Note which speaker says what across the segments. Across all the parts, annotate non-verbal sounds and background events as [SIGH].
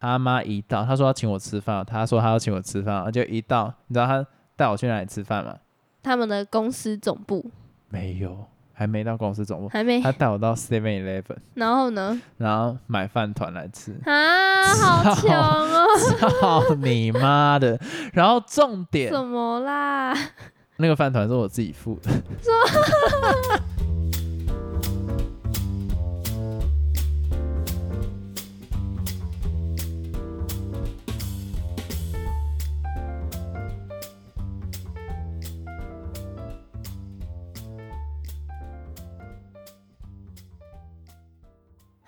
Speaker 1: 阿妈一到，她说要请我吃饭，她说她要请我吃饭，就一到，你知道她带我去哪里吃饭吗？
Speaker 2: 他们的公司总部
Speaker 1: 没有，还没到公司总部，
Speaker 2: 还没，
Speaker 1: 她带我到 Seven Eleven，
Speaker 2: 然后呢？
Speaker 1: 然后买饭团来吃。 [LAUGHS]
Speaker 2: 啊，好
Speaker 1: 操 [LAUGHS]
Speaker 2: 穷哦！ [LAUGHS]
Speaker 1: 操你妈的！然后重点，
Speaker 2: 怎么啦？
Speaker 1: 那个饭团是我自己付的。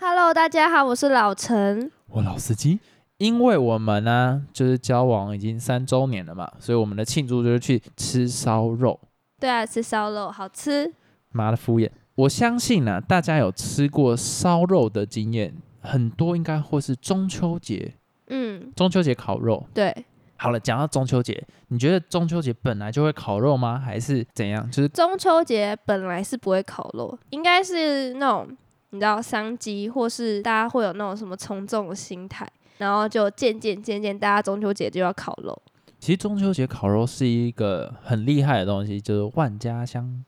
Speaker 2: Hello，大家好，我是老陈。
Speaker 1: 我老司机，因为我们呢、就是交往已经三周年了嘛，所以我们的庆祝就是去吃烧肉。
Speaker 2: 对啊，吃烧肉好吃，
Speaker 1: 妈的敷衍！我相信啊，大家有吃过烧肉的经验，很多应该会是中秋节，
Speaker 2: 嗯，
Speaker 1: 中秋节烤肉。
Speaker 2: 对，
Speaker 1: 好了，讲到中秋节，你觉得中秋节本来就会烤肉吗？还是怎样？就是
Speaker 2: 中秋节本来是不会烤肉，应该是那种你知道商机，或是大家会有那种什么从众的心态，然后就渐渐渐渐，大家中秋节就要烤肉。
Speaker 1: 其实中秋节烤肉是一个很厉害的东西，就是万家香，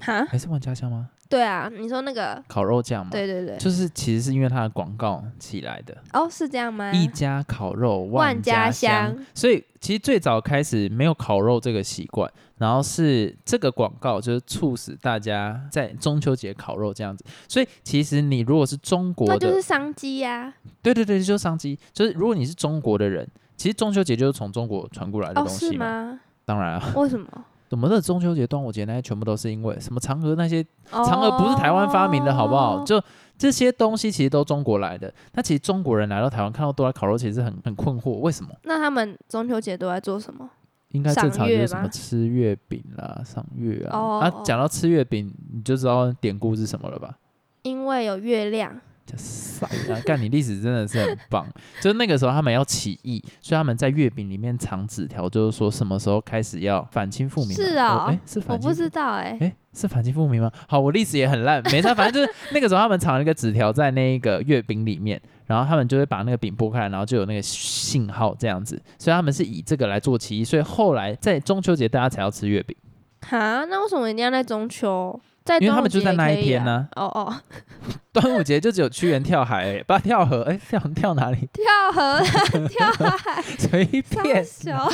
Speaker 2: 哈，
Speaker 1: 还是万家香吗？
Speaker 2: 对啊，你说那个，
Speaker 1: 烤肉酱嘛，
Speaker 2: 对对对，
Speaker 1: 就是其实是因为它的广告起来的。
Speaker 2: 哦，是这样吗？
Speaker 1: 一家烤肉
Speaker 2: 万
Speaker 1: 家
Speaker 2: 家
Speaker 1: 香，
Speaker 2: 香
Speaker 1: 所以其实最早开始没有烤肉这个习惯，然后是这个广告就是促使大家在中秋节烤肉这样子。所以其实你如果是中国
Speaker 2: 那
Speaker 1: 的，
Speaker 2: 就是商机呀、
Speaker 1: 对对对，就是商机，就是如果你是中国的人，其实中秋节就是从中国传过来的
Speaker 2: 哦，
Speaker 1: 东
Speaker 2: 是
Speaker 1: 西嘛。
Speaker 2: 哦吗？
Speaker 1: 当然啊， [LAUGHS]
Speaker 2: 为什么？
Speaker 1: 我们的中秋节、端午节那些全部都是因为什么嫦娥那些嫦
Speaker 2: 嫦
Speaker 1: 娥不是台湾发明的，好不好？就这些东西其实都中国来的。那其实中国人来到台湾看到都来烤肉，其实是很很困惑，为什么？
Speaker 2: 那他们中秋节都在做什么？
Speaker 1: 应该正
Speaker 2: 赏
Speaker 1: 常就是
Speaker 2: 月
Speaker 1: 什么
Speaker 2: 吗
Speaker 1: 吃月饼啦、赏月啊。
Speaker 2: 哦
Speaker 1: 啊
Speaker 2: 哦，
Speaker 1: 讲到吃月饼，你就知道典故是什么了吧？
Speaker 2: 因为有月亮，
Speaker 1: 就塞啊！干你历史真的是很棒。就是那个时候他们要起义，所以他们在月饼里面藏纸条，就是说什么时候开始要反清复明嘛。
Speaker 2: 是哦
Speaker 1: 哎、是
Speaker 2: 我
Speaker 1: 反清复。
Speaker 2: 不知道哎、
Speaker 1: 哎、是反清复明吗？好，我历史也很烂，没事，反正就是那个时候他们藏了一个纸条在那个月饼里面，然后他们就会把那个饼剥开来，然后就有那个信号这样子，所以他们是以这个来做起义，所以后来在中秋节大家才要吃月饼，
Speaker 2: 哈，那为什么一定要在中秋？在
Speaker 1: 因为他们
Speaker 2: 端午节
Speaker 1: 就在那
Speaker 2: 也
Speaker 1: 一
Speaker 2: 可以
Speaker 1: 天
Speaker 2: 啊
Speaker 1: 呢
Speaker 2: 哦哦， [LAUGHS]
Speaker 1: 端午节就只有屈原跳海、欸，不跳河，哎、跳跳哪里？
Speaker 2: 跳河
Speaker 1: [LAUGHS]
Speaker 2: 啦跳海，
Speaker 1: 随便，
Speaker 2: 小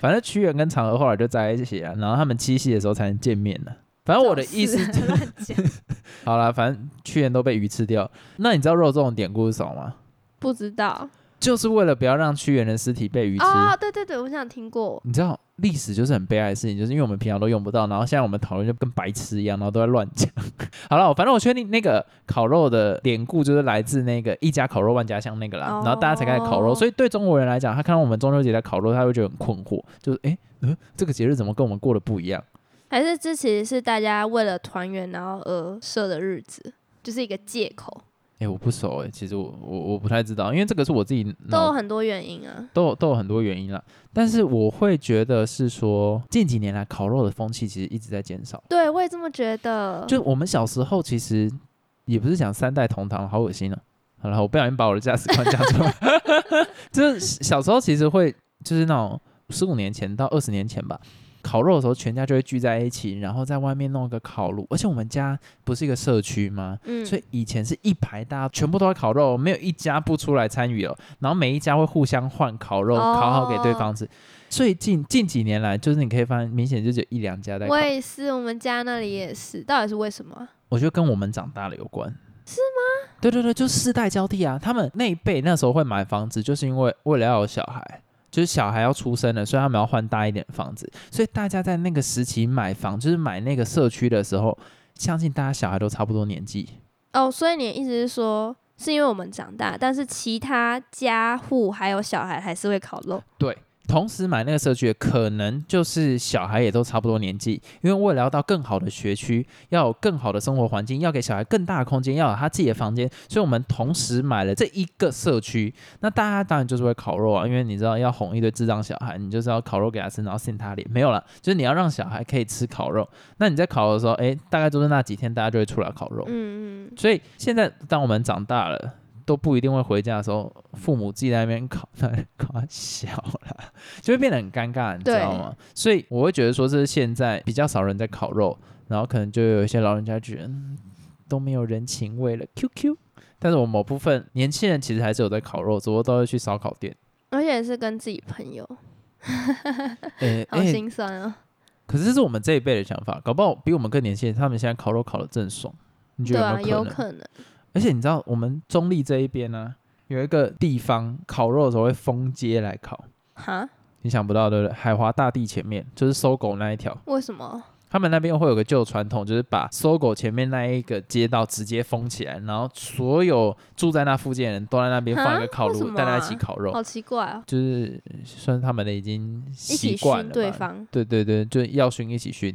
Speaker 1: 反正屈原跟嫦娥后来就在一起了，啊然后他们七夕的时候才能见面呢。反正我的意思，
Speaker 2: [LAUGHS] 乱讲，
Speaker 1: [LAUGHS] 好啦，反正屈原都被鱼吃掉。那你知道肉粽的典故是什么吗？
Speaker 2: 不知道
Speaker 1: 就是为了不要让屈原的尸体被鱼吃。
Speaker 2: 哦，对对对，我想听过，
Speaker 1: 你知道历史就是很悲哀的事情，就是因为我们平常都用不到，然后现在我们讨论就跟白痴一样，然后都在乱讲。 [LAUGHS] 好了，反正我确定那个烤肉的典故就是来自那个一家烤肉万家香那个啦，
Speaker 2: 哦
Speaker 1: 然后大家才开始烤肉，所以对中国人来讲，他看到我们中秋节在烤肉，他会觉得很困惑，就是诶，嗯、这个节日怎么跟我们过得不一样？
Speaker 2: 还是这其实是大家为了团圆然后而设的日子，就是一个借口，
Speaker 1: 诶，我不熟诶，其实我我我不太知道，因为这个是我自己
Speaker 2: 都有
Speaker 1: 脑
Speaker 2: 很多原因啊。
Speaker 1: 都有都有很多原因啦，但是我会觉得是说近几年来烤肉的风气其实一直在减少。
Speaker 2: 对，我也这么觉得。
Speaker 1: 就我们小时候其实也不是讲三代同堂，好恶心哦。好了，我不小心把我的价值观讲出来， [LAUGHS] 就是小时候其实会就是那种十五年前到二十年前吧。烤肉的时候，全家就会聚在一起，然后在外面弄一个烤炉。而且我们家不是一个社区吗？
Speaker 2: 嗯，
Speaker 1: 所以以前是一排大家全部都在烤肉，没有一家不出来参与哦。然后每一家会互相换烤肉，
Speaker 2: 哦
Speaker 1: 烤好给对方吃。最近近几年来，就是你可以发现，明显就只有一两家在嗯烤
Speaker 2: 我。也是，我们家那里也是，到底是为什么啊？
Speaker 1: 我觉得跟我们长大了有关。是吗？对对对，就世代交替啊。他们那一辈那时候会买房子，就是因为为了要有小孩，就是小孩要出生了，所以他们要换大一点的房子。所以大家在那个时期买房，就是买那个社区的时候，相信大家小孩都差不多年纪。
Speaker 2: 哦，所以你的意思是说，是因为我们长大，但是其他家户还有小孩还是会烤肉。
Speaker 1: 对，同时买那个社区的，可能就是小孩也都差不多年纪，因为为了要到更好的学区，要有更好的生活环境，要给小孩更大的空间，要有他自己的房间，所以我们同时买了这一个社区。那大家当然就是会烤肉啊，因为你知道要哄一堆智障小孩，你就是要烤肉给他吃，然后扇他脸。没有啦，就是你要让小孩可以吃烤肉。那你在烤的时候，诶，大概就是那几天大家就会出来烤肉。
Speaker 2: 嗯嗯，
Speaker 1: 所以现在当我们长大了，都不一定会回家的时候，父母自己在那边烤，那烤小啦， [LAUGHS] 就会变得很尴尬，你知道吗？所以我会觉得说，这是现在比较少人在烤肉，然后可能就有一些老人家觉得、嗯、都没有人情味了，QQ。但是我某部分年轻人其实还是有在烤肉，只不过都会去烧烤
Speaker 2: [LAUGHS]
Speaker 1: 店。
Speaker 2: 而且是跟自己朋友，
Speaker 1: 诶、
Speaker 2: 好
Speaker 1: 诶
Speaker 2: 心酸啊。
Speaker 1: 可是这是我们这一辈的想法，搞不好比我们更年轻人，他们现在烤肉烤的正爽，你觉
Speaker 2: 对啊，
Speaker 1: 得有
Speaker 2: 有
Speaker 1: 没有可能？
Speaker 2: 可能。
Speaker 1: 而且你知道我们中立这一边呢、有一个地方烤肉的时候会封街来烤，
Speaker 2: 哈？
Speaker 1: 你想不到对不对？海华大地前面就是搜狗那一条，
Speaker 2: 为什么？
Speaker 1: 他们那边会有个旧传统，就是把搜狗前面那一个街道直接封起来，然后所有住在那附近的人都在那边放一个
Speaker 2: 哈
Speaker 1: 烤
Speaker 2: 为什
Speaker 1: 炉，
Speaker 2: 么
Speaker 1: 大家
Speaker 2: 啊
Speaker 1: 一起烤肉，
Speaker 2: 好奇怪哦，
Speaker 1: 就是算是他们的已经
Speaker 2: 一
Speaker 1: 习
Speaker 2: 起
Speaker 1: 惯
Speaker 2: 熏
Speaker 1: 了
Speaker 2: 对
Speaker 1: 吧
Speaker 2: 方。
Speaker 1: 对对对，就要熏一起熏，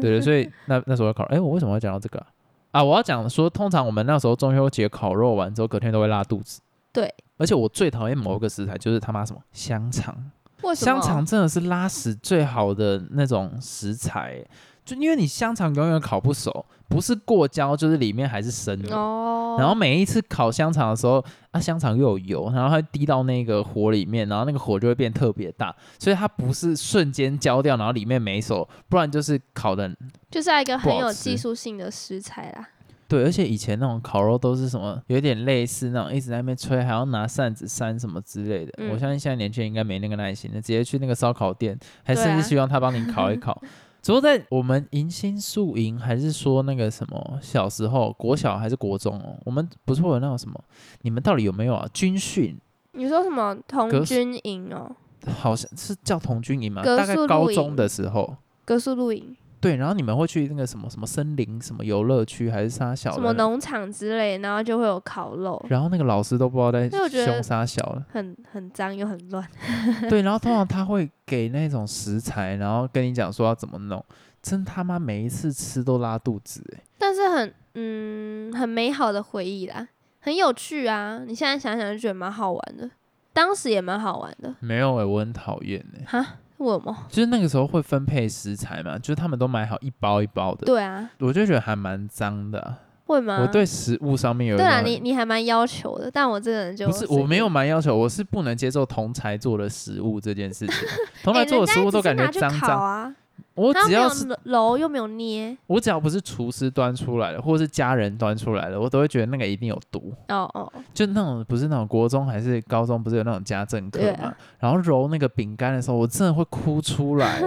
Speaker 1: 对对，所以那那时候要烤，哎，我为什么要讲到这个啊？啊我要讲说，通常我们那时候中秋节烤肉完之后，隔天都会拉肚子。
Speaker 2: 对，
Speaker 1: 而且我最讨厌某个食材就是他妈什么香肠，
Speaker 2: 为什
Speaker 1: 香
Speaker 2: 么？
Speaker 1: 肠真的是拉屎最好的那种食材，就因为你香肠永远烤不熟，不是过焦就是里面还是生的。
Speaker 2: 哦，
Speaker 1: 然后每一次烤香肠的时候，啊，香肠又有油，然后它会滴到那个火里面，然后那个火就会变特别大，所以它不是瞬间焦掉，然后里面没熟，不然就是烤的。
Speaker 2: 就是要一个
Speaker 1: 不
Speaker 2: 很
Speaker 1: 好
Speaker 2: 有
Speaker 1: 吃
Speaker 2: 技术性的食材啦。
Speaker 1: 对，而且以前那种烤肉都是什么，有点类似那种一直在那边吹，还要拿扇子扇什么之类的。
Speaker 2: 嗯
Speaker 1: 我相信现在年轻人应该没那个耐心了，直接去那个烧烤店，还
Speaker 2: 对
Speaker 1: 甚至
Speaker 2: 啊
Speaker 1: 希望他帮你
Speaker 2: [LAUGHS]
Speaker 1: 烤一烤。只不过在我们迎新宿营，还是说那个什么小时候国小还是国中哦，我们不是会有那种什么，你们到底有没有啊？军训
Speaker 2: 你说什么
Speaker 1: 格
Speaker 2: 童
Speaker 1: 式
Speaker 2: 军营哦，
Speaker 1: 好像是叫童军营嘛，
Speaker 2: 格
Speaker 1: 大概
Speaker 2: 宿
Speaker 1: 高
Speaker 2: 露
Speaker 1: 中
Speaker 2: 营
Speaker 1: 的时候，
Speaker 2: 格树露营，
Speaker 1: 对，然后你们会去那个什么什么森林、什么游乐区还是啥小的
Speaker 2: 什么农场之类，然后就会有烤肉，
Speaker 1: 然后那个老师都不知道在
Speaker 2: 所以我觉得
Speaker 1: 凶杀小了，
Speaker 2: 很很脏又很乱。
Speaker 1: [LAUGHS] 对，然后通常他会给那种食材，然后跟你讲说要怎么弄，真他妈每一次吃都拉肚子、欸，
Speaker 2: 但是很嗯很美好的回忆啦，很有趣啊！你现在想想就觉得蛮好玩的，当时也蛮好玩的。
Speaker 1: 没有哎、我很讨厌哎、
Speaker 2: 哈，为什么？
Speaker 1: 就是那个时候会分配食材嘛，就是他们都买好一包一包的，
Speaker 2: 对啊，
Speaker 1: 我就觉得还蛮脏的啊、
Speaker 2: 会吗？
Speaker 1: 我对食物上面有一
Speaker 2: 对啊，
Speaker 1: 种
Speaker 2: 你你还蛮要求的，但我这个人就
Speaker 1: 不是，
Speaker 2: 随
Speaker 1: 我没有
Speaker 2: 便。
Speaker 1: 蛮要求，我是不能接受同才做的食物这件事
Speaker 2: [LAUGHS]
Speaker 1: 情。同才
Speaker 2: 哎
Speaker 1: 做
Speaker 2: 人
Speaker 1: 的
Speaker 2: 家
Speaker 1: 食物
Speaker 2: 也只
Speaker 1: 都
Speaker 2: 是
Speaker 1: 感觉
Speaker 2: 拿去
Speaker 1: 脏
Speaker 2: 烤
Speaker 1: 脏，
Speaker 2: 啊，
Speaker 1: 我
Speaker 2: 他
Speaker 1: 只
Speaker 2: 没有嗯
Speaker 1: 要是
Speaker 2: 揉又没有捏，
Speaker 1: 我只要不是厨师端出来的，或者是家人端出来的，我都会觉得那个一定有毒。
Speaker 2: 哦哦，哦
Speaker 1: 就那种不是那种国中还是高中，不是有那种家政课
Speaker 2: 对
Speaker 1: 嘛
Speaker 2: 啊？
Speaker 1: 然后揉那个饼干的时候，我真的会哭出
Speaker 2: [LAUGHS]
Speaker 1: 来。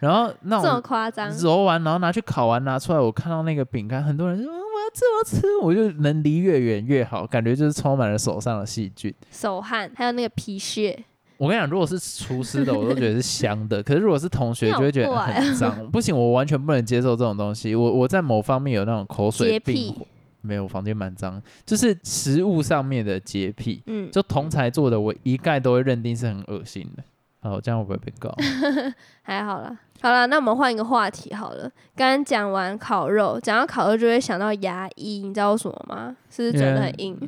Speaker 1: 然后那
Speaker 2: 这么
Speaker 1: 种
Speaker 2: 夸张？
Speaker 1: 揉完，然后拿去烤完拿出来，我看到那个饼干，很多人说、嗯我要吃，我要吃，我就能离越远越好，感觉就是充满了手上的细菌。
Speaker 2: 手汗，还有那个皮屑，
Speaker 1: 我跟你讲，如果是厨师的，我都觉得是香的；可是如果是同学，就会觉得很脏。不行，我完全不能接受这种东西。我我在某方面有那种口水
Speaker 2: 洁
Speaker 1: 病
Speaker 2: 癖，
Speaker 1: 没有，我房间蛮脏，就是食物上面的洁癖。
Speaker 2: 嗯，
Speaker 1: 就同才做的，我一概都会认定是很恶心的。好，这样会不会被告？ [LAUGHS]
Speaker 2: 还好啦。好啦，那我们换一个话题好了。刚刚讲完烤肉，讲到烤肉就会想到牙医，你知道为什么吗？是不是转的很硬？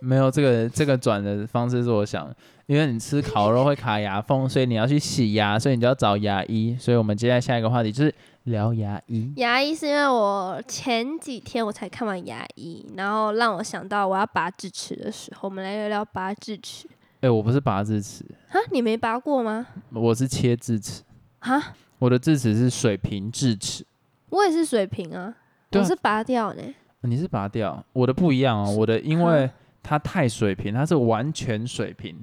Speaker 1: 没有这个这个转的方式是我想，因为你吃烤肉会卡牙缝，所以你要去洗牙，所以你就要找牙医。所以我们接下来下一个话题就是聊牙医。
Speaker 2: 牙医是因为我前几天我才看完牙医，然后让我想到我要拔智齿的时候，我们来聊聊拔智齿。
Speaker 1: 哎、我不是拔智齿，
Speaker 2: 哈，你没拔过吗？
Speaker 1: 我是切智齿。
Speaker 2: 哈，
Speaker 1: 我的智齿是水平智齿，
Speaker 2: 我也是水平啊，
Speaker 1: 对啊
Speaker 2: 我是拔掉呢。
Speaker 1: 你是拔掉，我的不一样哦，我的因为它太水平，它是完全水平，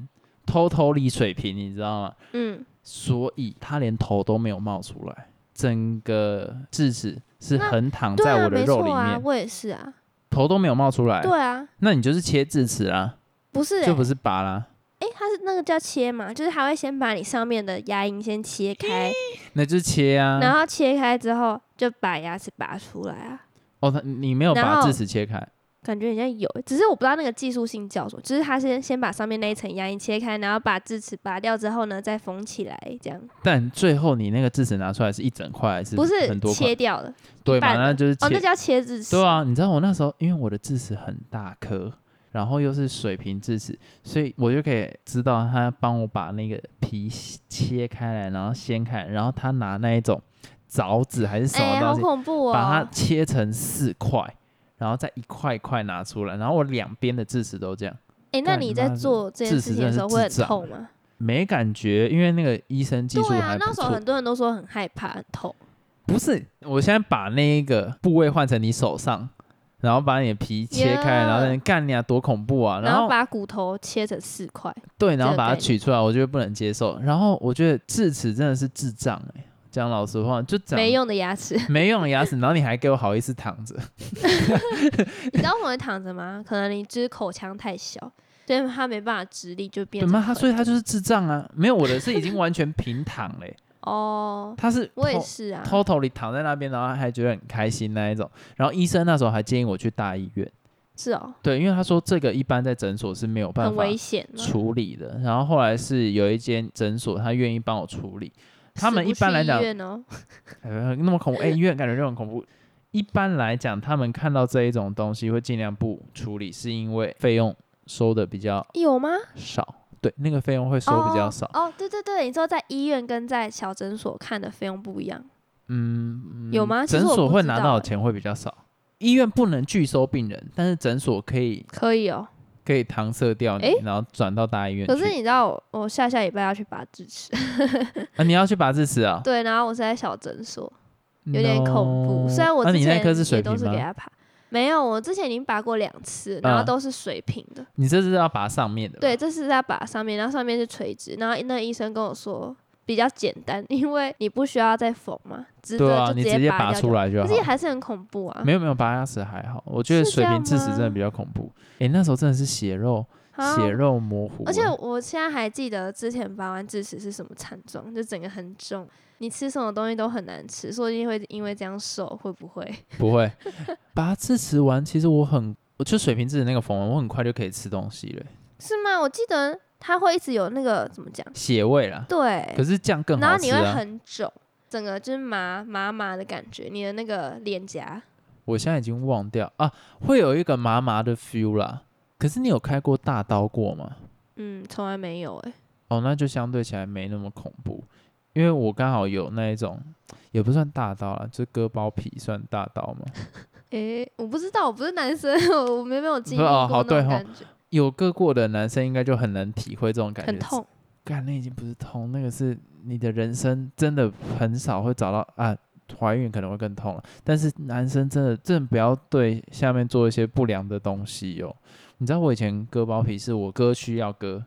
Speaker 1: 偷偷离水平，你知道吗？
Speaker 2: 嗯，
Speaker 1: 所以它连头都没有冒出来，整个智齿是
Speaker 2: 那
Speaker 1: 横躺
Speaker 2: 对
Speaker 1: 在我
Speaker 2: 啊，
Speaker 1: 的
Speaker 2: 没
Speaker 1: 肉里
Speaker 2: 错
Speaker 1: 面，
Speaker 2: 啊，我也是啊，
Speaker 1: 头都没有冒出来。
Speaker 2: 对啊，
Speaker 1: 那你就是切智齿啦，
Speaker 2: 不是、欸，
Speaker 1: 就不是拔啦，
Speaker 2: 诶，它是那个叫切嘛，就是它会先把你上面的牙龈先切开，
Speaker 1: 那就是切啊。
Speaker 2: 然后切开之后就把牙齿拔出来啊。
Speaker 1: 哦，它你没有
Speaker 2: 然
Speaker 1: 把
Speaker 2: 后
Speaker 1: 智齿切开，
Speaker 2: 感觉人家有欸，只是我不知道那个技术性叫什么，就是他先先把上面那一层牙龈切开，然后把智齿拔掉之后呢，再缝起来，这样
Speaker 1: 但最后你那个智齿拿出来是一整块，还是
Speaker 2: 不是
Speaker 1: 嗯很多块
Speaker 2: 切，掉了
Speaker 1: 对嘛？
Speaker 2: 半的
Speaker 1: 那就是切
Speaker 2: 哦，那叫切智齿。
Speaker 1: 对，啊，你知道我那时候因为我的智齿很大颗，然后又是水平智齿，所以我就可以知道他帮我把那个皮切开来，然后掀开来，然后他拿那一种凿子还是什
Speaker 2: 哎、
Speaker 1: 么
Speaker 2: 好
Speaker 1: 东西，
Speaker 2: 恐怖哦！
Speaker 1: 把它切成四块，然后再一块一块拿出来，然后我两边的智齿都这样，
Speaker 2: 哎、那
Speaker 1: 干
Speaker 2: 你
Speaker 1: 你
Speaker 2: 在
Speaker 1: 妈的
Speaker 2: 做这件
Speaker 1: 智
Speaker 2: 事
Speaker 1: 齿
Speaker 2: 情
Speaker 1: 真的
Speaker 2: 的时
Speaker 1: 是
Speaker 2: 候会很
Speaker 1: 智障
Speaker 2: 痛吗？
Speaker 1: 没感觉，因为那个医生技术
Speaker 2: 对啊
Speaker 1: 还，不
Speaker 2: 那时
Speaker 1: 错。
Speaker 2: 候很多人都说很害怕、很痛。
Speaker 1: 不是，我现在把那一个部位换成你手上，然后把你的皮切开
Speaker 2: Yeah
Speaker 1: 然后在那边干你啊，多恐怖啊！
Speaker 2: 然
Speaker 1: 后
Speaker 2: 后把骨头切成四块，
Speaker 1: 对，然后
Speaker 2: 这个
Speaker 1: 把它
Speaker 2: 概念
Speaker 1: 取出来，我觉得不能接受。然后我觉得智齿真的是智障哎、讲老实话，就长
Speaker 2: 没用的牙齿。 [LAUGHS]
Speaker 1: 没用的牙齿，然后你还给我好意思躺着，
Speaker 2: 你知道我会躺着吗？可能你只口腔太小，所以它没办法直立，就 [LAUGHS] 变
Speaker 1: 对
Speaker 2: 成
Speaker 1: 吗？
Speaker 2: 横。
Speaker 1: 他所以他就是智障啊！没有我的是已经完全平躺嘞、
Speaker 2: [LAUGHS] 哦，
Speaker 1: 他是
Speaker 2: 我也
Speaker 1: 偷
Speaker 2: 是啊。
Speaker 1: totally 躺在那边，然后还觉得很开心那一种。然后医生那时候还建议我去大医院，
Speaker 2: 是哦，
Speaker 1: 对，因为他说这个一般在诊所是没有办
Speaker 2: 很
Speaker 1: 法
Speaker 2: 危险嘛。
Speaker 1: 处理的。然后后来是有一间诊所，他愿意帮我处理。他们
Speaker 2: 死不
Speaker 1: 一般
Speaker 2: 去
Speaker 1: 来
Speaker 2: 医
Speaker 1: 讲
Speaker 2: 院哦，
Speaker 1: 呃，那么
Speaker 2: [LAUGHS]
Speaker 1: 恐怖，哎、医院感觉就很恐怖。一般来讲，他们看到这一种东西会尽量不处理，是因为费用收的比较
Speaker 2: 有吗？
Speaker 1: 少，对，那个费用会收比较少。
Speaker 2: 哦。哦，对对对，你说在医院跟在小诊所看的费用不一样，
Speaker 1: 嗯，
Speaker 2: 有吗
Speaker 1: 嗯
Speaker 2: 其实
Speaker 1: 诊
Speaker 2: 我
Speaker 1: 所
Speaker 2: 不
Speaker 1: 会
Speaker 2: 知
Speaker 1: 拿
Speaker 2: 道
Speaker 1: 到
Speaker 2: 哎
Speaker 1: 的钱会比较少，医院不能拒收病人，但是诊所可以
Speaker 2: 可以哦。
Speaker 1: 可以搪塞掉你，
Speaker 2: 哎
Speaker 1: 然后转到大医院去。
Speaker 2: 可是你知道我我下下礼拜要去拔智齿，
Speaker 1: 啊，你要去拔智齿啊？
Speaker 2: 对，然后我是在小诊所，有点恐怖。
Speaker 1: No
Speaker 2: 虽然我
Speaker 1: 啊、
Speaker 2: 之
Speaker 1: 你那
Speaker 2: 前
Speaker 1: 颗是水
Speaker 2: 也
Speaker 1: 平
Speaker 2: 都是给
Speaker 1: 吗？
Speaker 2: 他拔，没有，我之前已经拔过两次，然后
Speaker 1: 嗯
Speaker 2: 都是水平的。
Speaker 1: 你这是要拔上面的吧？
Speaker 2: 对，这是在拔上面，然后上面是垂直，然后那医生跟我说比较简单，因为你不需要再缝嘛，直
Speaker 1: 对
Speaker 2: 的
Speaker 1: 啊，
Speaker 2: 就
Speaker 1: 你
Speaker 2: 直
Speaker 1: 接
Speaker 2: 拔
Speaker 1: 拔
Speaker 2: 掉
Speaker 1: 出
Speaker 2: 就好。
Speaker 1: 来就好。
Speaker 2: 可是也还是很恐怖啊！
Speaker 1: 没有没有，拔牙齿还好，我觉得
Speaker 2: 是这
Speaker 1: 水平
Speaker 2: 样
Speaker 1: 智齿真的
Speaker 2: 吗
Speaker 1: 比较恐怖。诶，那时候真的是血肉
Speaker 2: 啊
Speaker 1: 血肉模糊欸，
Speaker 2: 而且我现在还记得之前拔完智齿是什么惨状，就整个很肿，你吃什么东西都很难吃，说不定会因为这样瘦，会不会？
Speaker 1: [LAUGHS]
Speaker 2: [LAUGHS]
Speaker 1: 不会拔智齿完，其实我很，我就水平智齿那个缝纹，我很快就可以吃东西了，
Speaker 2: 是吗？我记得它会一直有那个怎么讲？
Speaker 1: 血味啦。
Speaker 2: 对
Speaker 1: 可，是这样更
Speaker 2: 然
Speaker 1: 好
Speaker 2: 后你
Speaker 1: 吃
Speaker 2: 会
Speaker 1: 啊！
Speaker 2: 很肿，整个就是麻麻麻的感觉，你的那个脸颊。
Speaker 1: 我现在已经忘掉啊，会有一个麻麻的 feel 啦。可是你有开过大刀过吗？
Speaker 2: 嗯，从来没有哎、
Speaker 1: 哦，那就相对起来没那么恐怖，因为我刚好有那一种，也不算大刀啦，就是割包皮算大刀吗？
Speaker 2: 诶、我不知道，我不是男生， [LAUGHS] 我我没没有经历
Speaker 1: 不
Speaker 2: 过
Speaker 1: 是哦
Speaker 2: 那
Speaker 1: 好
Speaker 2: 种
Speaker 1: 对吼
Speaker 2: 感觉，
Speaker 1: 有割过的男生应该就很能体会这种感觉，
Speaker 2: 很痛。
Speaker 1: 干，那已经不是痛，那个是你的人生真的很少会找到啊，怀孕可能会更痛了。但是男生真的真的不要对下面做一些不良的东西哟、你知道我以前割包皮是我哥需要割，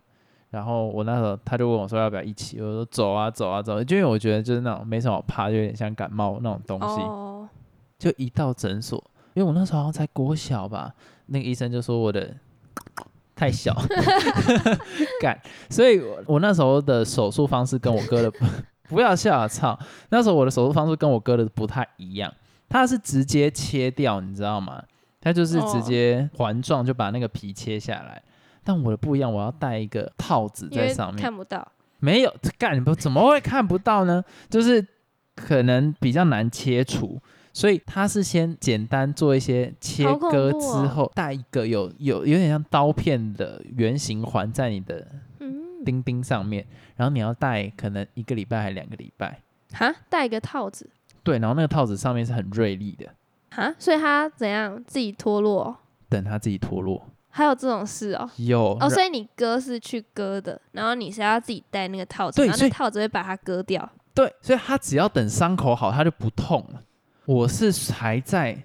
Speaker 1: 然后我那时候他就问我说要不要一起，我说走啊走啊走啊，就因为我觉得就是那种没什么好怕，就有点像感冒那种东西。
Speaker 2: 哦，
Speaker 1: 就一到诊所，因为我那时候好像才国小吧，那个医生就说我的太小， [LAUGHS] 干，所以我我那时候的手术方式跟我哥的 [LAUGHS] 不不要笑啊，操！那时候我的手术方式跟我哥的不太一样，他是直接切掉，你知道吗？他就是直
Speaker 2: 哦
Speaker 1: 接环状就把那个皮切下来，但我的不一样，我要戴一个套子
Speaker 2: 因
Speaker 1: 在
Speaker 2: 为
Speaker 1: 上面，
Speaker 2: 看不到。
Speaker 1: 没有，干你不怎么会看不到呢？就是可能比较难切除，所以他是先简单做一些切
Speaker 2: 好恐
Speaker 1: 割
Speaker 2: 怖
Speaker 1: 之
Speaker 2: 哦
Speaker 1: 后，带一个有有有点像刀片的圆形环在你的
Speaker 2: 嗯，
Speaker 1: 钉钉上面，然后你要戴可能一个礼拜还两个礼拜，
Speaker 2: 哈，戴一个套子，
Speaker 1: 对，然后那个套子上面是很锐利的，
Speaker 2: 哈，所以他怎样自己脱落哦、
Speaker 1: 等它自己脱落。
Speaker 2: 还有这种事哦。
Speaker 1: 有
Speaker 2: 哦，所以你割是去割的，然后你是要自己戴那个套子，
Speaker 1: 对
Speaker 2: 然后
Speaker 1: 所
Speaker 2: 那
Speaker 1: 以
Speaker 2: 套子会把它割掉。
Speaker 1: 对，所以他只要等伤口好，他就不痛了。我是还在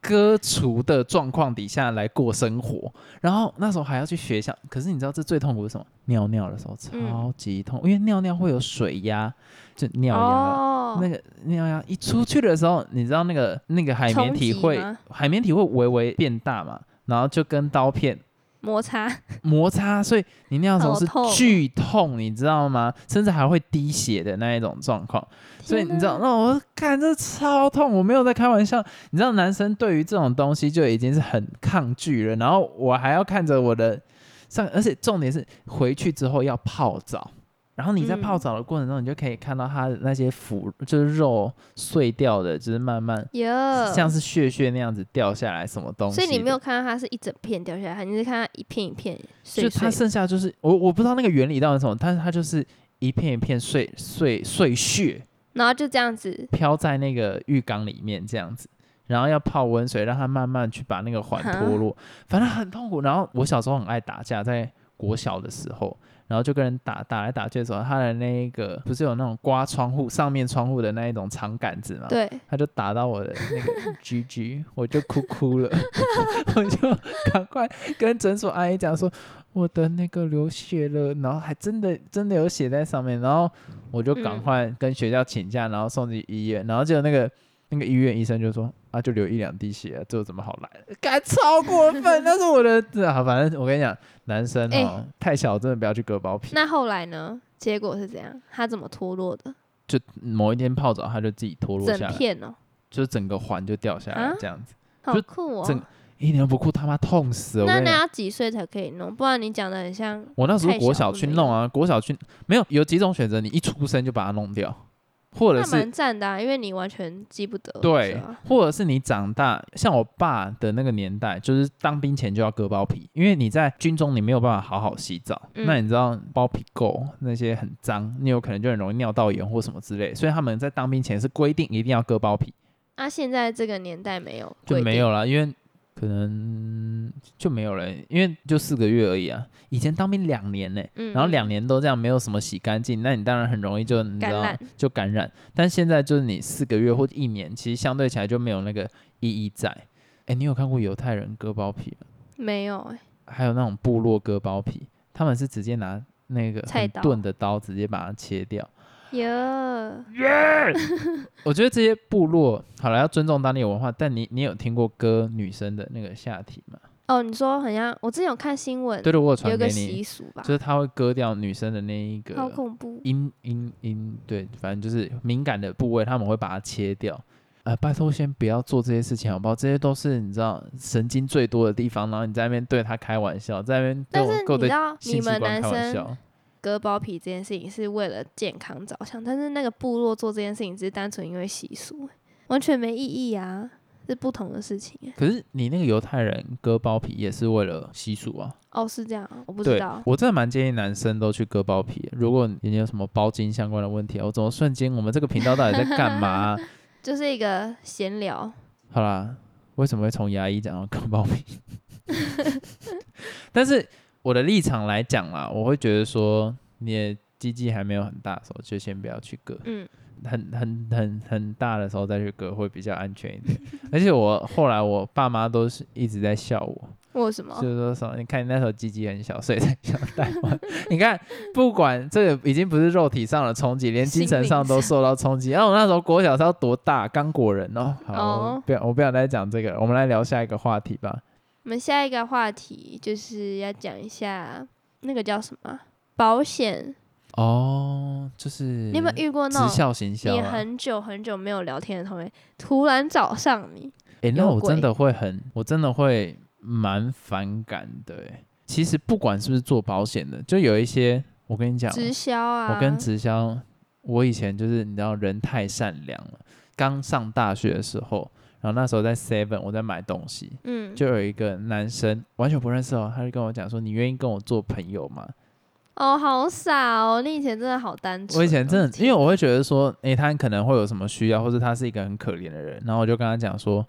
Speaker 1: 割除的状况底下来过生活，然后那时候还要去学校。可是你知道这最痛苦是什么？尿尿的时候
Speaker 2: 嗯
Speaker 1: 超级痛，因为尿尿会有水压，就尿压啊。
Speaker 2: 哦，
Speaker 1: 那个尿压一出去的时候，你知道那个那个海绵体
Speaker 2: 冲击
Speaker 1: 会
Speaker 2: 吗
Speaker 1: 海绵体会微微变大嘛，然后就跟刀片
Speaker 2: 摩擦，
Speaker 1: 摩擦，所以你尿的时候
Speaker 2: 好痛哦
Speaker 1: 是剧痛，你知道吗？甚至还会滴血的那一种状况。所以你知道，
Speaker 2: 天哪
Speaker 1: 那我看这超痛，我没有在开玩笑。你知道，男生对于这种东西就已经是很抗拒了，然后我还要看着我的上，而且重点是回去之后要泡澡。然后你在
Speaker 2: 嗯
Speaker 1: 泡澡的过程中，你就可以看到它的那些腐，就是肉碎掉的，就是慢慢
Speaker 2: [LAUGHS] 哟，
Speaker 1: 像是屑屑那样子掉下来，什么东西
Speaker 2: 呃所
Speaker 1: 的。
Speaker 2: 以你没有看到它是一整片掉下来，你是看它一片一片碎
Speaker 1: 就
Speaker 2: 碎
Speaker 1: 它
Speaker 2: 的。
Speaker 1: 剩下就是我我不知道那个原理到底是什么，但是它就是一片一片碎碎碎屑
Speaker 2: 然后就这样子，
Speaker 1: 飘在那个浴缸里面这样子，然后要泡温水，让它慢慢去把那个环脱落，反正很痛苦。然后我小时候很爱打架，在国小的时候，然后就跟人打打来打去的时候，他的那一个不是有那种刮窗户上面窗户的那一种长杆子嘛，
Speaker 2: 对，
Speaker 1: 他就打到我的那个 [LAUGHS] 居居，我就哭哭了， [LAUGHS] 我就赶快跟诊所阿姨讲说我的那个流血了，然后还真的真的有血在上面，然后我就赶
Speaker 2: 嗯
Speaker 1: 快跟学校请假，然后送去医院，然后结果那个那个医院医生就说啊，就流一两滴血、啊，这有怎么好来 [LAUGHS] 的？该超过分，那是我的啊，反正我跟你讲，男生
Speaker 2: 哎
Speaker 1: 哦、太小真的不要去割包皮，
Speaker 2: 那后来呢？结果是怎样？它怎么脱落的？
Speaker 1: 就某一天泡澡它就自己脱落下
Speaker 2: 整
Speaker 1: 来，
Speaker 2: 片哦，
Speaker 1: 就整个环就掉下来
Speaker 2: 啊
Speaker 1: 这样子。
Speaker 2: 好
Speaker 1: 就
Speaker 2: 酷
Speaker 1: 整
Speaker 2: 哦！
Speaker 1: 一年不哭他妈痛死了！我
Speaker 2: 那
Speaker 1: 跟你
Speaker 2: 那
Speaker 1: 讲，
Speaker 2: 要几岁才可以弄？不然你讲的很像
Speaker 1: 我那时候
Speaker 2: 太
Speaker 1: 国
Speaker 2: 小
Speaker 1: 小
Speaker 2: 了
Speaker 1: 去
Speaker 2: 没
Speaker 1: 弄啊，国小去没有有几种选择，你一出生就把它弄掉，或者
Speaker 2: 那
Speaker 1: 是
Speaker 2: 蛮赞的、啊，因为你完全记不得。
Speaker 1: 对，
Speaker 2: 是吧
Speaker 1: 或者是你长大，像我爸的那个年代，就是当兵前就要割包皮，因为你在军中你没有办法好好洗澡，
Speaker 2: 嗯
Speaker 1: 那你知道包皮垢那些很脏，你有可能就很容易尿道炎或什么之类，所以他们在当兵前是规定一定要割包皮，
Speaker 2: 那啊现在这个年代没有，
Speaker 1: 就没。有了，因为可能就没有了，因为就四个月而已啊，以前当兵两年呢、
Speaker 2: 嗯，
Speaker 1: 然后
Speaker 2: 嗯
Speaker 1: 两年都这样没有什么洗干净，那你当然很容易就你知
Speaker 2: 感
Speaker 1: 道
Speaker 2: 染
Speaker 1: 就感染。但现在就是你四个月或一年，其实相对起来就没有那个意义在。哎，你有看过犹太人割包皮吗？
Speaker 2: 没有、欸，
Speaker 1: 还有那种部落割包皮，他们是直接拿那个
Speaker 2: 菜
Speaker 1: 很
Speaker 2: 刀
Speaker 1: 钝的刀直接把它切掉。
Speaker 2: 耶，
Speaker 1: 我觉得这些部落好了要尊重当地文化，但你你有听过割女生的那个下体吗？
Speaker 2: 哦，你说好像我之前有看新闻，
Speaker 1: 对的，我有
Speaker 2: 呃有
Speaker 1: 传
Speaker 2: 一
Speaker 1: 给
Speaker 2: 个
Speaker 1: 你
Speaker 2: 习，俗吧
Speaker 1: 就，是他会割掉女生的那一个
Speaker 2: 好恐怖。
Speaker 1: 阴阴阴，对，反正就是敏感的部位，他们会把它切掉。呃，拜托先不要做这些事情好不好？这些都是你知道神经最多的地方，然后你在那边对他开玩笑，在那边
Speaker 2: 但
Speaker 1: 跟
Speaker 2: 是
Speaker 1: 我够
Speaker 2: 你知
Speaker 1: 对
Speaker 2: 道，你
Speaker 1: 性器
Speaker 2: 们
Speaker 1: 官
Speaker 2: 男
Speaker 1: 开玩
Speaker 2: 生
Speaker 1: 笑，
Speaker 2: 割包皮这件事情是为了健康着想，但是那个部落做这件事情只是单纯因为习俗、欸完全没意义啊，是不同的事情、欸。
Speaker 1: 可是你那个犹太人割包皮也是为了习俗啊？
Speaker 2: 哦，是这样啊，我不知
Speaker 1: 对
Speaker 2: 道，。
Speaker 1: 我真的蛮建议男生都去割包皮的。如果你有什么包茎相关的问题啊，我怎么瞬间我们这个频道到底在干嘛啊、
Speaker 2: 就是一个闲聊。
Speaker 1: 好啦，为什么会从牙医讲到割包皮？ [LAUGHS] 但是我的立场来讲啦，我会觉得说，你的鸡鸡还没有很大的时候，就先不要去割，
Speaker 2: 嗯，
Speaker 1: 很很很很大的时候再去割会比较安全一点。而且我后来我爸妈都是一直在笑我，
Speaker 2: 为什么
Speaker 1: 就？是说什么，你看你那时候鸡鸡很小，所以才想带完。 [LAUGHS] 你看，不管这个已经不是肉体上的冲击，连精神上都受到冲击。然后我那时候国小是要多大？刚果人哦。好，
Speaker 2: 哦
Speaker 1: 我不要，我不要再讲这个了，我们来聊下一个话题吧。
Speaker 2: 我们下一个话题就是要讲一下那个叫什么啊保险。
Speaker 1: 哦，就是你
Speaker 2: 你有没有遇过那
Speaker 1: 直
Speaker 2: 种
Speaker 1: 销行销
Speaker 2: 你
Speaker 1: 啊？
Speaker 2: 很久很久没有聊天的同学突然找上你？
Speaker 1: 诶，那
Speaker 2: 有
Speaker 1: 我
Speaker 2: 鬼
Speaker 1: 真的会很，我真的会蛮反感的诶。其实不管是不是做保险的，就有一些，我跟你讲，
Speaker 2: 直销啊，
Speaker 1: 我跟直销，我以前就是你知道人太善良了。刚上大学的时候，然后那时候在 Seven 我在买东西，
Speaker 2: 嗯，
Speaker 1: 就有一个男生完全不认识哦，他就跟我讲说：“你愿意跟我做朋友吗
Speaker 2: 哦，好傻哦！你以前真的好单？”纯哦。
Speaker 1: 我以前真的，因为
Speaker 2: 为
Speaker 1: 我会觉得说，诶，他可能会有什么需要，或者他是一个很可怜的人，然后我就跟他讲说：“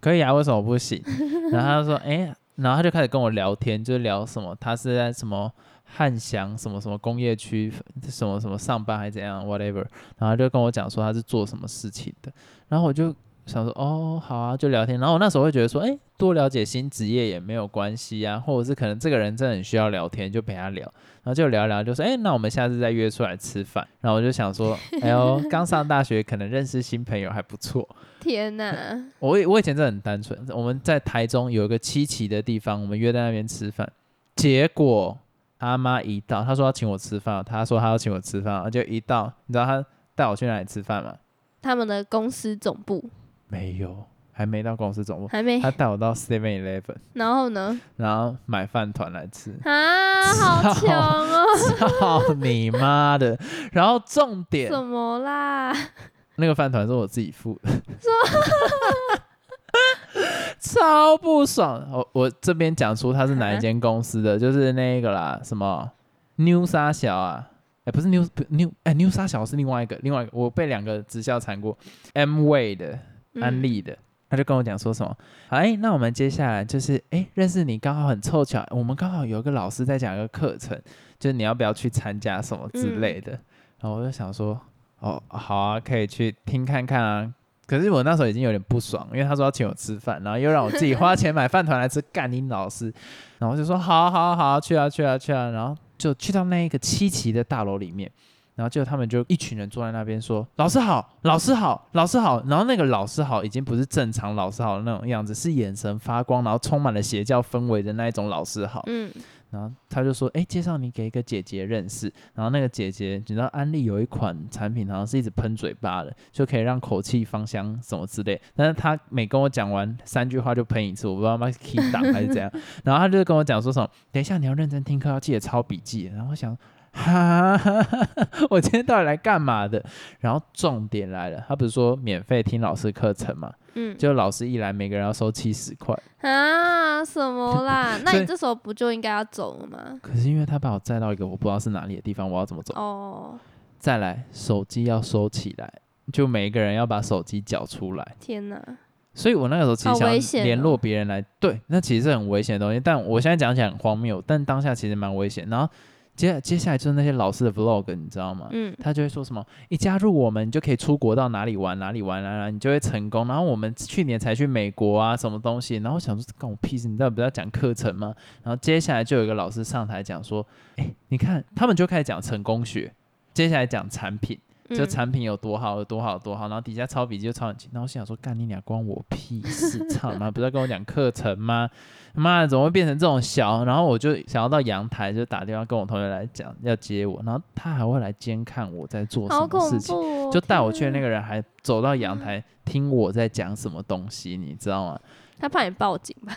Speaker 1: 可以啊，为什么不行？” [LAUGHS] 然后他就说：“诶，然后他就开始跟我聊天，就是聊什么，他是在什么汉翔什么什么工业区什么什么上班还是怎样，whatever。然后他就跟我讲说他是做什么事情的，然后我就想说哦，好啊，就聊天。然后我那时候会觉得说，哎，多了解新职业也没有关系啊，或者是可能这个人真的很需要聊天，就陪他聊。然后就聊一聊，就说，哎，那我们下次再约出来吃饭。然后我就想说，哎呦，刚上大学可能认识新朋友还不错。
Speaker 2: 天哪，
Speaker 1: 我以我以前真的很单纯，我们在台中有一个七期的地方，我们约在那边吃饭，结果他妈一到，他说要请我吃饭，他说他要请我吃饭，就一到，你知道他带我去哪里吃饭吗？
Speaker 2: 他们的公司总部
Speaker 1: 没有，还没到公司总部，
Speaker 2: 还没
Speaker 1: 他，带我到 Seven Eleven，
Speaker 2: 然后
Speaker 1: [LAUGHS]
Speaker 2: 呢？，
Speaker 1: 然后买饭团来吃 [LAUGHS]
Speaker 2: 啊，好
Speaker 1: 操
Speaker 2: 穷哦！
Speaker 1: 操你妈的！然后重点，
Speaker 2: 怎么啦？
Speaker 1: 那个饭团是我自己付的， [LAUGHS] 超不爽！我我这边讲出他是哪一间公司的，就是那个啦，什么 New 沙小啊，哎、不是 New 不 New 哎、New 沙小是另外一个，另外一个我被两个直销缠过，M Way 的、
Speaker 2: 嗯
Speaker 1: 安利的，他就跟我讲说什么，好哎，那我们接下来就是哎，认识你刚好很凑巧，我们刚好有一个老师在讲一个课程，就是你要不要去参加什么之类的。然后我就想说，哦，好啊，可以去听看看啊。可是我那时候已经有点不爽，因为他说要请我吃饭，然后又让我自己花钱买饭团来吃，干你老师。然后我就说好啊好啊好啊，去啊去啊去啊。然后就去到那一个七期的大楼里面，然后就他们就一群人坐在那边说老师好，老师好，老师好。然后那个老师好已经不是正常老师好的那种样子，是眼神发光，然后充满了邪教氛围的那一种老师好。
Speaker 2: 嗯，
Speaker 1: 然后他就说：“哎、介绍你给一个姐姐认识。”然后那个姐姐，你知道安利有一款产品，好像是一直喷嘴巴的，就可以让口气芳香什么之类。但是他每跟我讲完三句话就喷一次，我不知道他是 key 档还是怎样。然后他就跟我讲说什么：“等一下你要认真听课，要记得抄笔记。”然后我想。哈， [LAUGHS] 我今天到底来干嘛的？然后重点来了，他不是说免费听老师课程嘛？
Speaker 2: 嗯，
Speaker 1: 就老师一来，每个人要收七十块。
Speaker 2: 啊，什
Speaker 1: [LAUGHS]
Speaker 2: 么啦？那
Speaker 1: 所以
Speaker 2: 你这时候不就应该要走了吗？
Speaker 1: 可是因为他把我载到一个我不知道是哪里的地方，我要怎么走？
Speaker 2: 哦，
Speaker 1: 再来，手机要收起来，就每一个人要把手机缴出来。
Speaker 2: 天哪，
Speaker 1: 所以我那个时候其
Speaker 2: 好
Speaker 1: 实想
Speaker 2: 危
Speaker 1: 要
Speaker 2: 险
Speaker 1: 联
Speaker 2: 哦
Speaker 1: 络别人来，对，那其实是很危险的东西。但我现在讲起来很荒谬，但当下其实蛮危险。然后接接下来就是那些老师的 vlog，你知道吗？
Speaker 2: 嗯，
Speaker 1: 他就会说什么，一加入我们，你就可以出国到哪里玩哪里玩哪里玩，你就会成功。然后我们去年才去美国啊，什么东西。然后我想说，干我屁事，你到底不是要讲课程吗？然后接下来就有一个老师上台讲说，哎、你看，他们就开始讲成功学，接下来讲产品，就
Speaker 2: 嗯
Speaker 1: 产品有多好有多好有多好。然后底下抄笔记就抄很勤，然后我心想说，干你俩关我屁
Speaker 2: [LAUGHS]
Speaker 1: 事，操妈，不是要跟我讲课程吗？妈的，怎么会变成这种小？然后我就想要到阳台，就打电话跟我同学来讲要接我，然后他还会来监看我在做
Speaker 2: 好
Speaker 1: 什么
Speaker 2: 恐
Speaker 1: 事情，
Speaker 2: 怖、哦，嗯
Speaker 1: 就带我去的那
Speaker 2: 天哪，
Speaker 1: 个人还走到阳台听我在讲什么东西，你知道吗？
Speaker 2: 他怕你报警吧？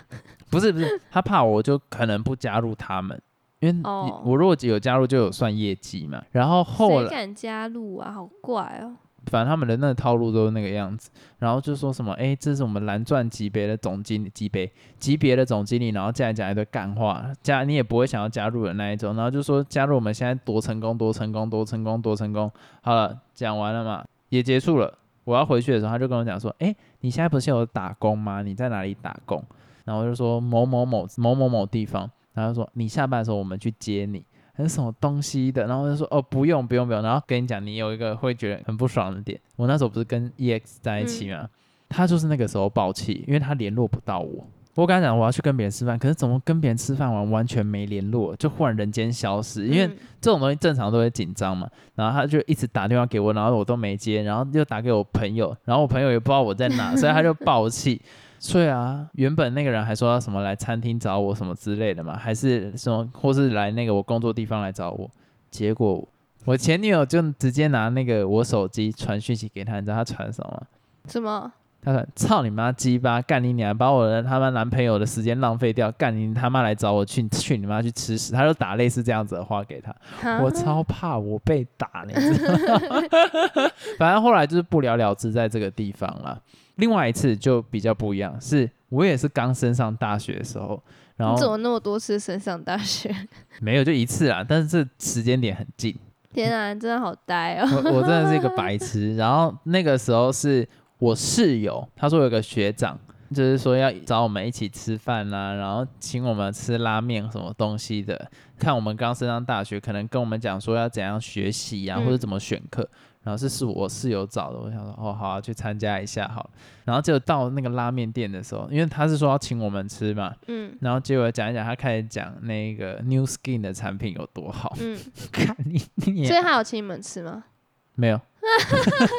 Speaker 1: 不是不是，他怕我就可能不加入他们，因为你
Speaker 2: 哦
Speaker 1: 我如果有加入就有算业绩嘛。然后后
Speaker 2: 谁
Speaker 1: 来
Speaker 2: 敢加入啊？好怪哦，
Speaker 1: 反正他们的那个套路都是那个样子，然后就说什么，哎、这是我们蓝钻级别的总经理级别级别的总经理，然后进来讲一堆干话，加你也不会想要加入的那一种，然后就说加入我们现在多成功多成功多成功多成功，好了，讲完了嘛，也结束了。我要回去的时候，他就跟我讲说，哎、你现在不是有打工吗？你在哪里打工？然后我就说某某某某某某地方，然后他说你下班的时候我们去接你。很什么东西的，然后我就说哦不用不用不用，然后跟你讲你有一个会觉得很不爽的点，我那时候不是跟 EX 在一起嘛，他就是那个时候爆气，因为他联络不到我。我跟他讲我要去跟别人吃饭，可是怎么跟别人吃饭完完全没联络，就忽然人间消失，因为
Speaker 2: 嗯
Speaker 1: 这种东西正常都会紧张嘛，然后他就一直打电话给我，然后我都没接，然后又打给我朋友，然后我朋友也不知道我在 [LAUGHS] 哪，所以他就爆气。所以啊，原本那个人还说要什么来餐厅找我什么之类的嘛，还是什么，或是来那个我工作地方来找我。结果我前女友就直接拿那个我手机传讯息给他，你知道他传什么吗？
Speaker 2: 什么？
Speaker 1: 他说：“操你妈鸡巴，干你娘！把我的他妈男朋友的时间浪费掉，干你他妈来找我去，你去你妈去吃屎！”他就打类似这样子的话给他，
Speaker 2: 哈
Speaker 1: 我超怕我被打，你知道吗？ [LAUGHS] 反正后来就是不了了之，在这个地方啦。另外一次就比较不一样，是我也是刚升上大学的时候，然
Speaker 2: 你怎
Speaker 1: 后
Speaker 2: 么那么多次升上大学？ [LAUGHS]
Speaker 1: 没有就一次啦，但是这时间点很近，
Speaker 2: 天啊，你真的好呆
Speaker 1: [LAUGHS]
Speaker 2: 哦！
Speaker 1: 我我真的是一个白痴。然后那个时候是我室友，他说有个学长，就是说要找我们一起吃饭啦、然后请我们吃拉面什么东西的，看我们刚升上大学，可能跟我们讲说要怎样学习啊，
Speaker 2: 嗯
Speaker 1: 或者怎么选课。然后是是我室友找的，我想说哦好、啊，去参加一下好了。然后就到那个拉面店的时候，因为他是说要请我们吃嘛，
Speaker 2: 嗯
Speaker 1: 然后结果讲一讲，他开始讲那个 New Skin 的产品有多好， [LAUGHS]
Speaker 2: 嗯，
Speaker 1: 看你你
Speaker 2: 所
Speaker 1: 也
Speaker 2: 以他有请你们吃吗？
Speaker 1: 没有。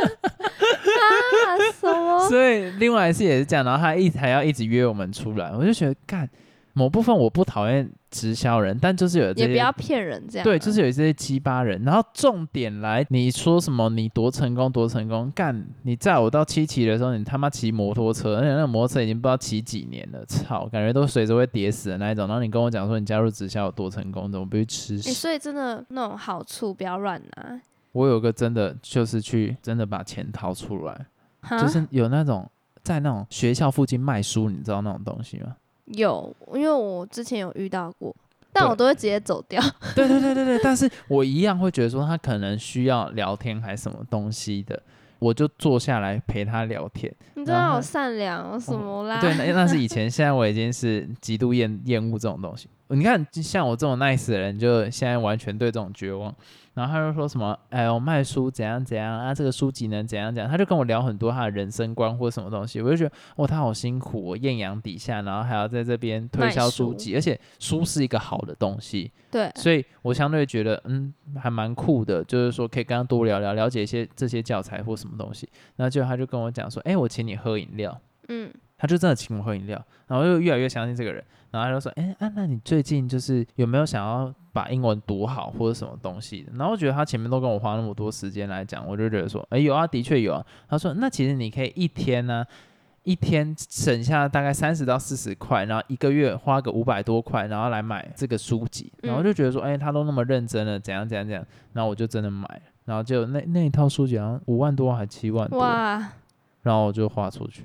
Speaker 2: 啊，什么？
Speaker 1: 所以另外一次也是这样，然后他一直还要一直约我们出来，我就觉得干某部分我不讨厌直销人，但就是有这
Speaker 2: 也
Speaker 1: 些
Speaker 2: 不要骗人这样啊。
Speaker 1: 对，就是有这些鸡巴人。然后重点来，你说什么你多成功多成功，干你载我到七期的时候，你他妈骑摩托车，而且那个摩托车已经不知道骑几年了，操，感觉都随时会跌死的那一种。然后你跟我讲说你加入直销有多成功，怎么不去吃
Speaker 2: 欸
Speaker 1: 屎？
Speaker 2: 所以真的那种好处不要乱拿，
Speaker 1: 我有个真的就是去真的把钱掏出来，
Speaker 2: 哈
Speaker 1: 就是有那种在那种学校附近卖书，你知道那种东西吗？
Speaker 2: 有，因为我之前有遇到过，但
Speaker 1: 对
Speaker 2: 我都会直接走掉。 [LAUGHS]
Speaker 1: 对对对对对，但是我一样会觉得说他可能需要聊天还是什么东西的。我就坐下来陪他聊天。
Speaker 2: 你真的好善良哦，什么啦？
Speaker 1: 对，那那
Speaker 2: [LAUGHS]
Speaker 1: 是以前，现在我已经是极度厌厌恶这种东西。你看，就像我这种 nice 的人，就现在完全对这种绝望。然后他就说什么，哎呦，卖书怎样怎样啊，这个书籍呢怎样怎样，他就跟我聊很多他的人生观或什么东西，我就觉得，哦，他好辛苦、哦，艳阳底下，然后还要在这边推销书
Speaker 2: 卖书嗯
Speaker 1: 籍，而且书是一个好的东西，
Speaker 2: 对
Speaker 1: 所以我相对觉得，嗯，还蛮酷的，就是说可以跟他多聊聊，了解一些这些教材或什么东西。然后结果他就跟我讲说，哎，我请你喝饮料，
Speaker 2: 嗯，
Speaker 1: 他就真的请我喝饮料，然后就越来越相信这个人。然后他就说，哎，安、啊、娜，你最近就是有没有想要把英文读好或者什么东西的？然后我觉得他前面都跟我花那么多时间来讲，我就觉得说，哎，有啊，的确有啊。他说，那其实你可以一天呢、一天省下大概三十到四十块，然后一个月花个五百多块，然后来买这个书籍，
Speaker 2: 嗯
Speaker 1: 然后就觉得说，哎、他都那么认真了，怎样怎样怎样，然后我就真的买了，然后就那那一套书籍好像五万多还七万多，
Speaker 2: 哇，
Speaker 1: 然后我就花出
Speaker 2: [LAUGHS]
Speaker 1: 去，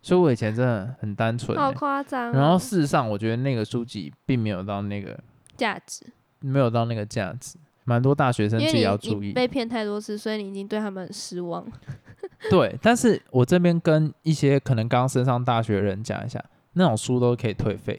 Speaker 1: 所以我以前真的很单纯、
Speaker 2: 好
Speaker 1: 欸，
Speaker 2: 夸张哦、
Speaker 1: 然后事实上我觉得那个书籍并没有到那个
Speaker 2: 价值，
Speaker 1: 没有到那个价值，蛮多大学生
Speaker 2: 因
Speaker 1: 自
Speaker 2: 为
Speaker 1: 己要
Speaker 2: 你
Speaker 1: 注
Speaker 2: 你
Speaker 1: 意，
Speaker 2: 被骗太多次，所以你已经对他们很失望。
Speaker 1: 对，但是我这边跟一些可能刚升上大学的人讲一下，那种书都可以退费。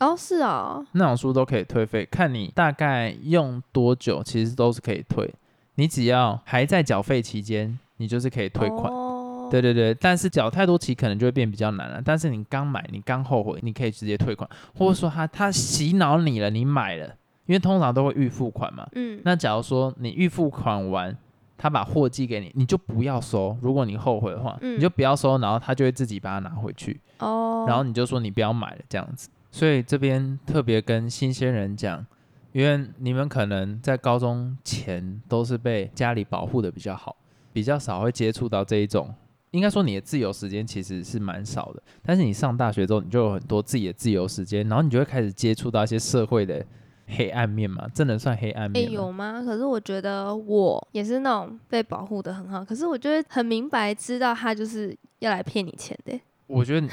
Speaker 2: 哦，是哦，
Speaker 1: 那种书都可以退费，看你大概用多久，其实都是可以退。你只要还在缴费期间，你就是可以退款。
Speaker 2: 哦、
Speaker 1: 对对对，但是缴太多期可能就会变比较难了。但是你刚买，你刚后悔，你可以直接退款，或者说他他洗脑你了，你买了，因为通常都会预付款嘛。
Speaker 2: 嗯，
Speaker 1: 那假如说你预付款完，他把货寄给你，你就不要收。如果你后悔的话，
Speaker 2: 嗯
Speaker 1: 你就不要收，然后他就会自己把它拿回去。
Speaker 2: 哦，
Speaker 1: 然后你就说你不要买了这样子。所以这边特别跟新鲜人讲，因为你们可能在高中前都是被家里保护的比较好，比较少会接触到这一种。应该说你的自由时间其实是蛮少的，但是你上大学之后，你就有很多自己的自由时间，然后你就会开始接触到一些社会的黑暗面嘛，这能算黑暗
Speaker 2: 诶、
Speaker 1: 面吗？
Speaker 2: 有吗？可是我觉得我也是那种被保护的很好，可是我就会很明白知道他就是要来骗你钱的。
Speaker 1: 我觉得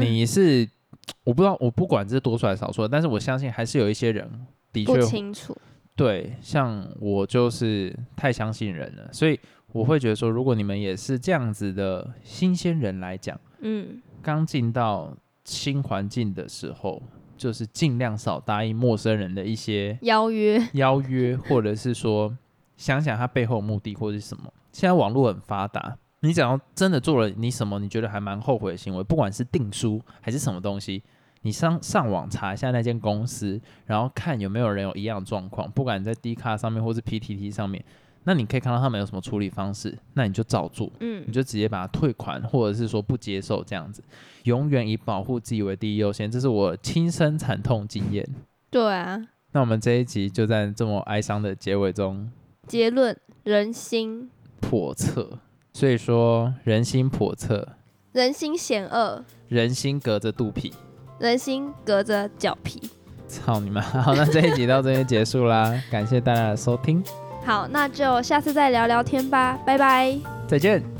Speaker 1: 你是，我不知道，我不管是多数还是少数，但是我相信还是有一些人的确
Speaker 2: 不
Speaker 1: 会
Speaker 2: 清楚，
Speaker 1: 对，像我就是太相信人了，所以我会觉得说，如果你们也是这样子的新鲜人来讲，
Speaker 2: 嗯，
Speaker 1: 刚进到新环境的时候，就是尽量少答应陌生人的一些
Speaker 2: 邀约，
Speaker 1: 邀约，或者是说想想他背后的目的或者是什么。现在网络很发达，你只要真的做了你什么你觉得还蛮后悔的行为，不管是订书还是什么东西，你上上网查一下那间公司，然后看有没有人有一样的状况，不管你在 D 卡上面或是 PTT 上面，那你可以看到他们有什么处理方式，那你就照做。
Speaker 2: 嗯
Speaker 1: 你，就直接把它退款，或者是说不接受这样子，永远以保护自己为第一优先，这是我亲身惨痛经验。
Speaker 2: 对啊。
Speaker 1: 那我们这一集就在这么哀伤的结尾中
Speaker 2: 结论：人心，
Speaker 1: 叵测。所以说，人心叵测，
Speaker 2: 人心险恶，
Speaker 1: 人心隔着肚皮。
Speaker 2: 人心隔着脚皮。
Speaker 1: 操你妈！好，那这一集到这边结束啦，感谢大家的收听，
Speaker 2: 好，那就下次再聊聊天吧，拜拜。
Speaker 1: 再见。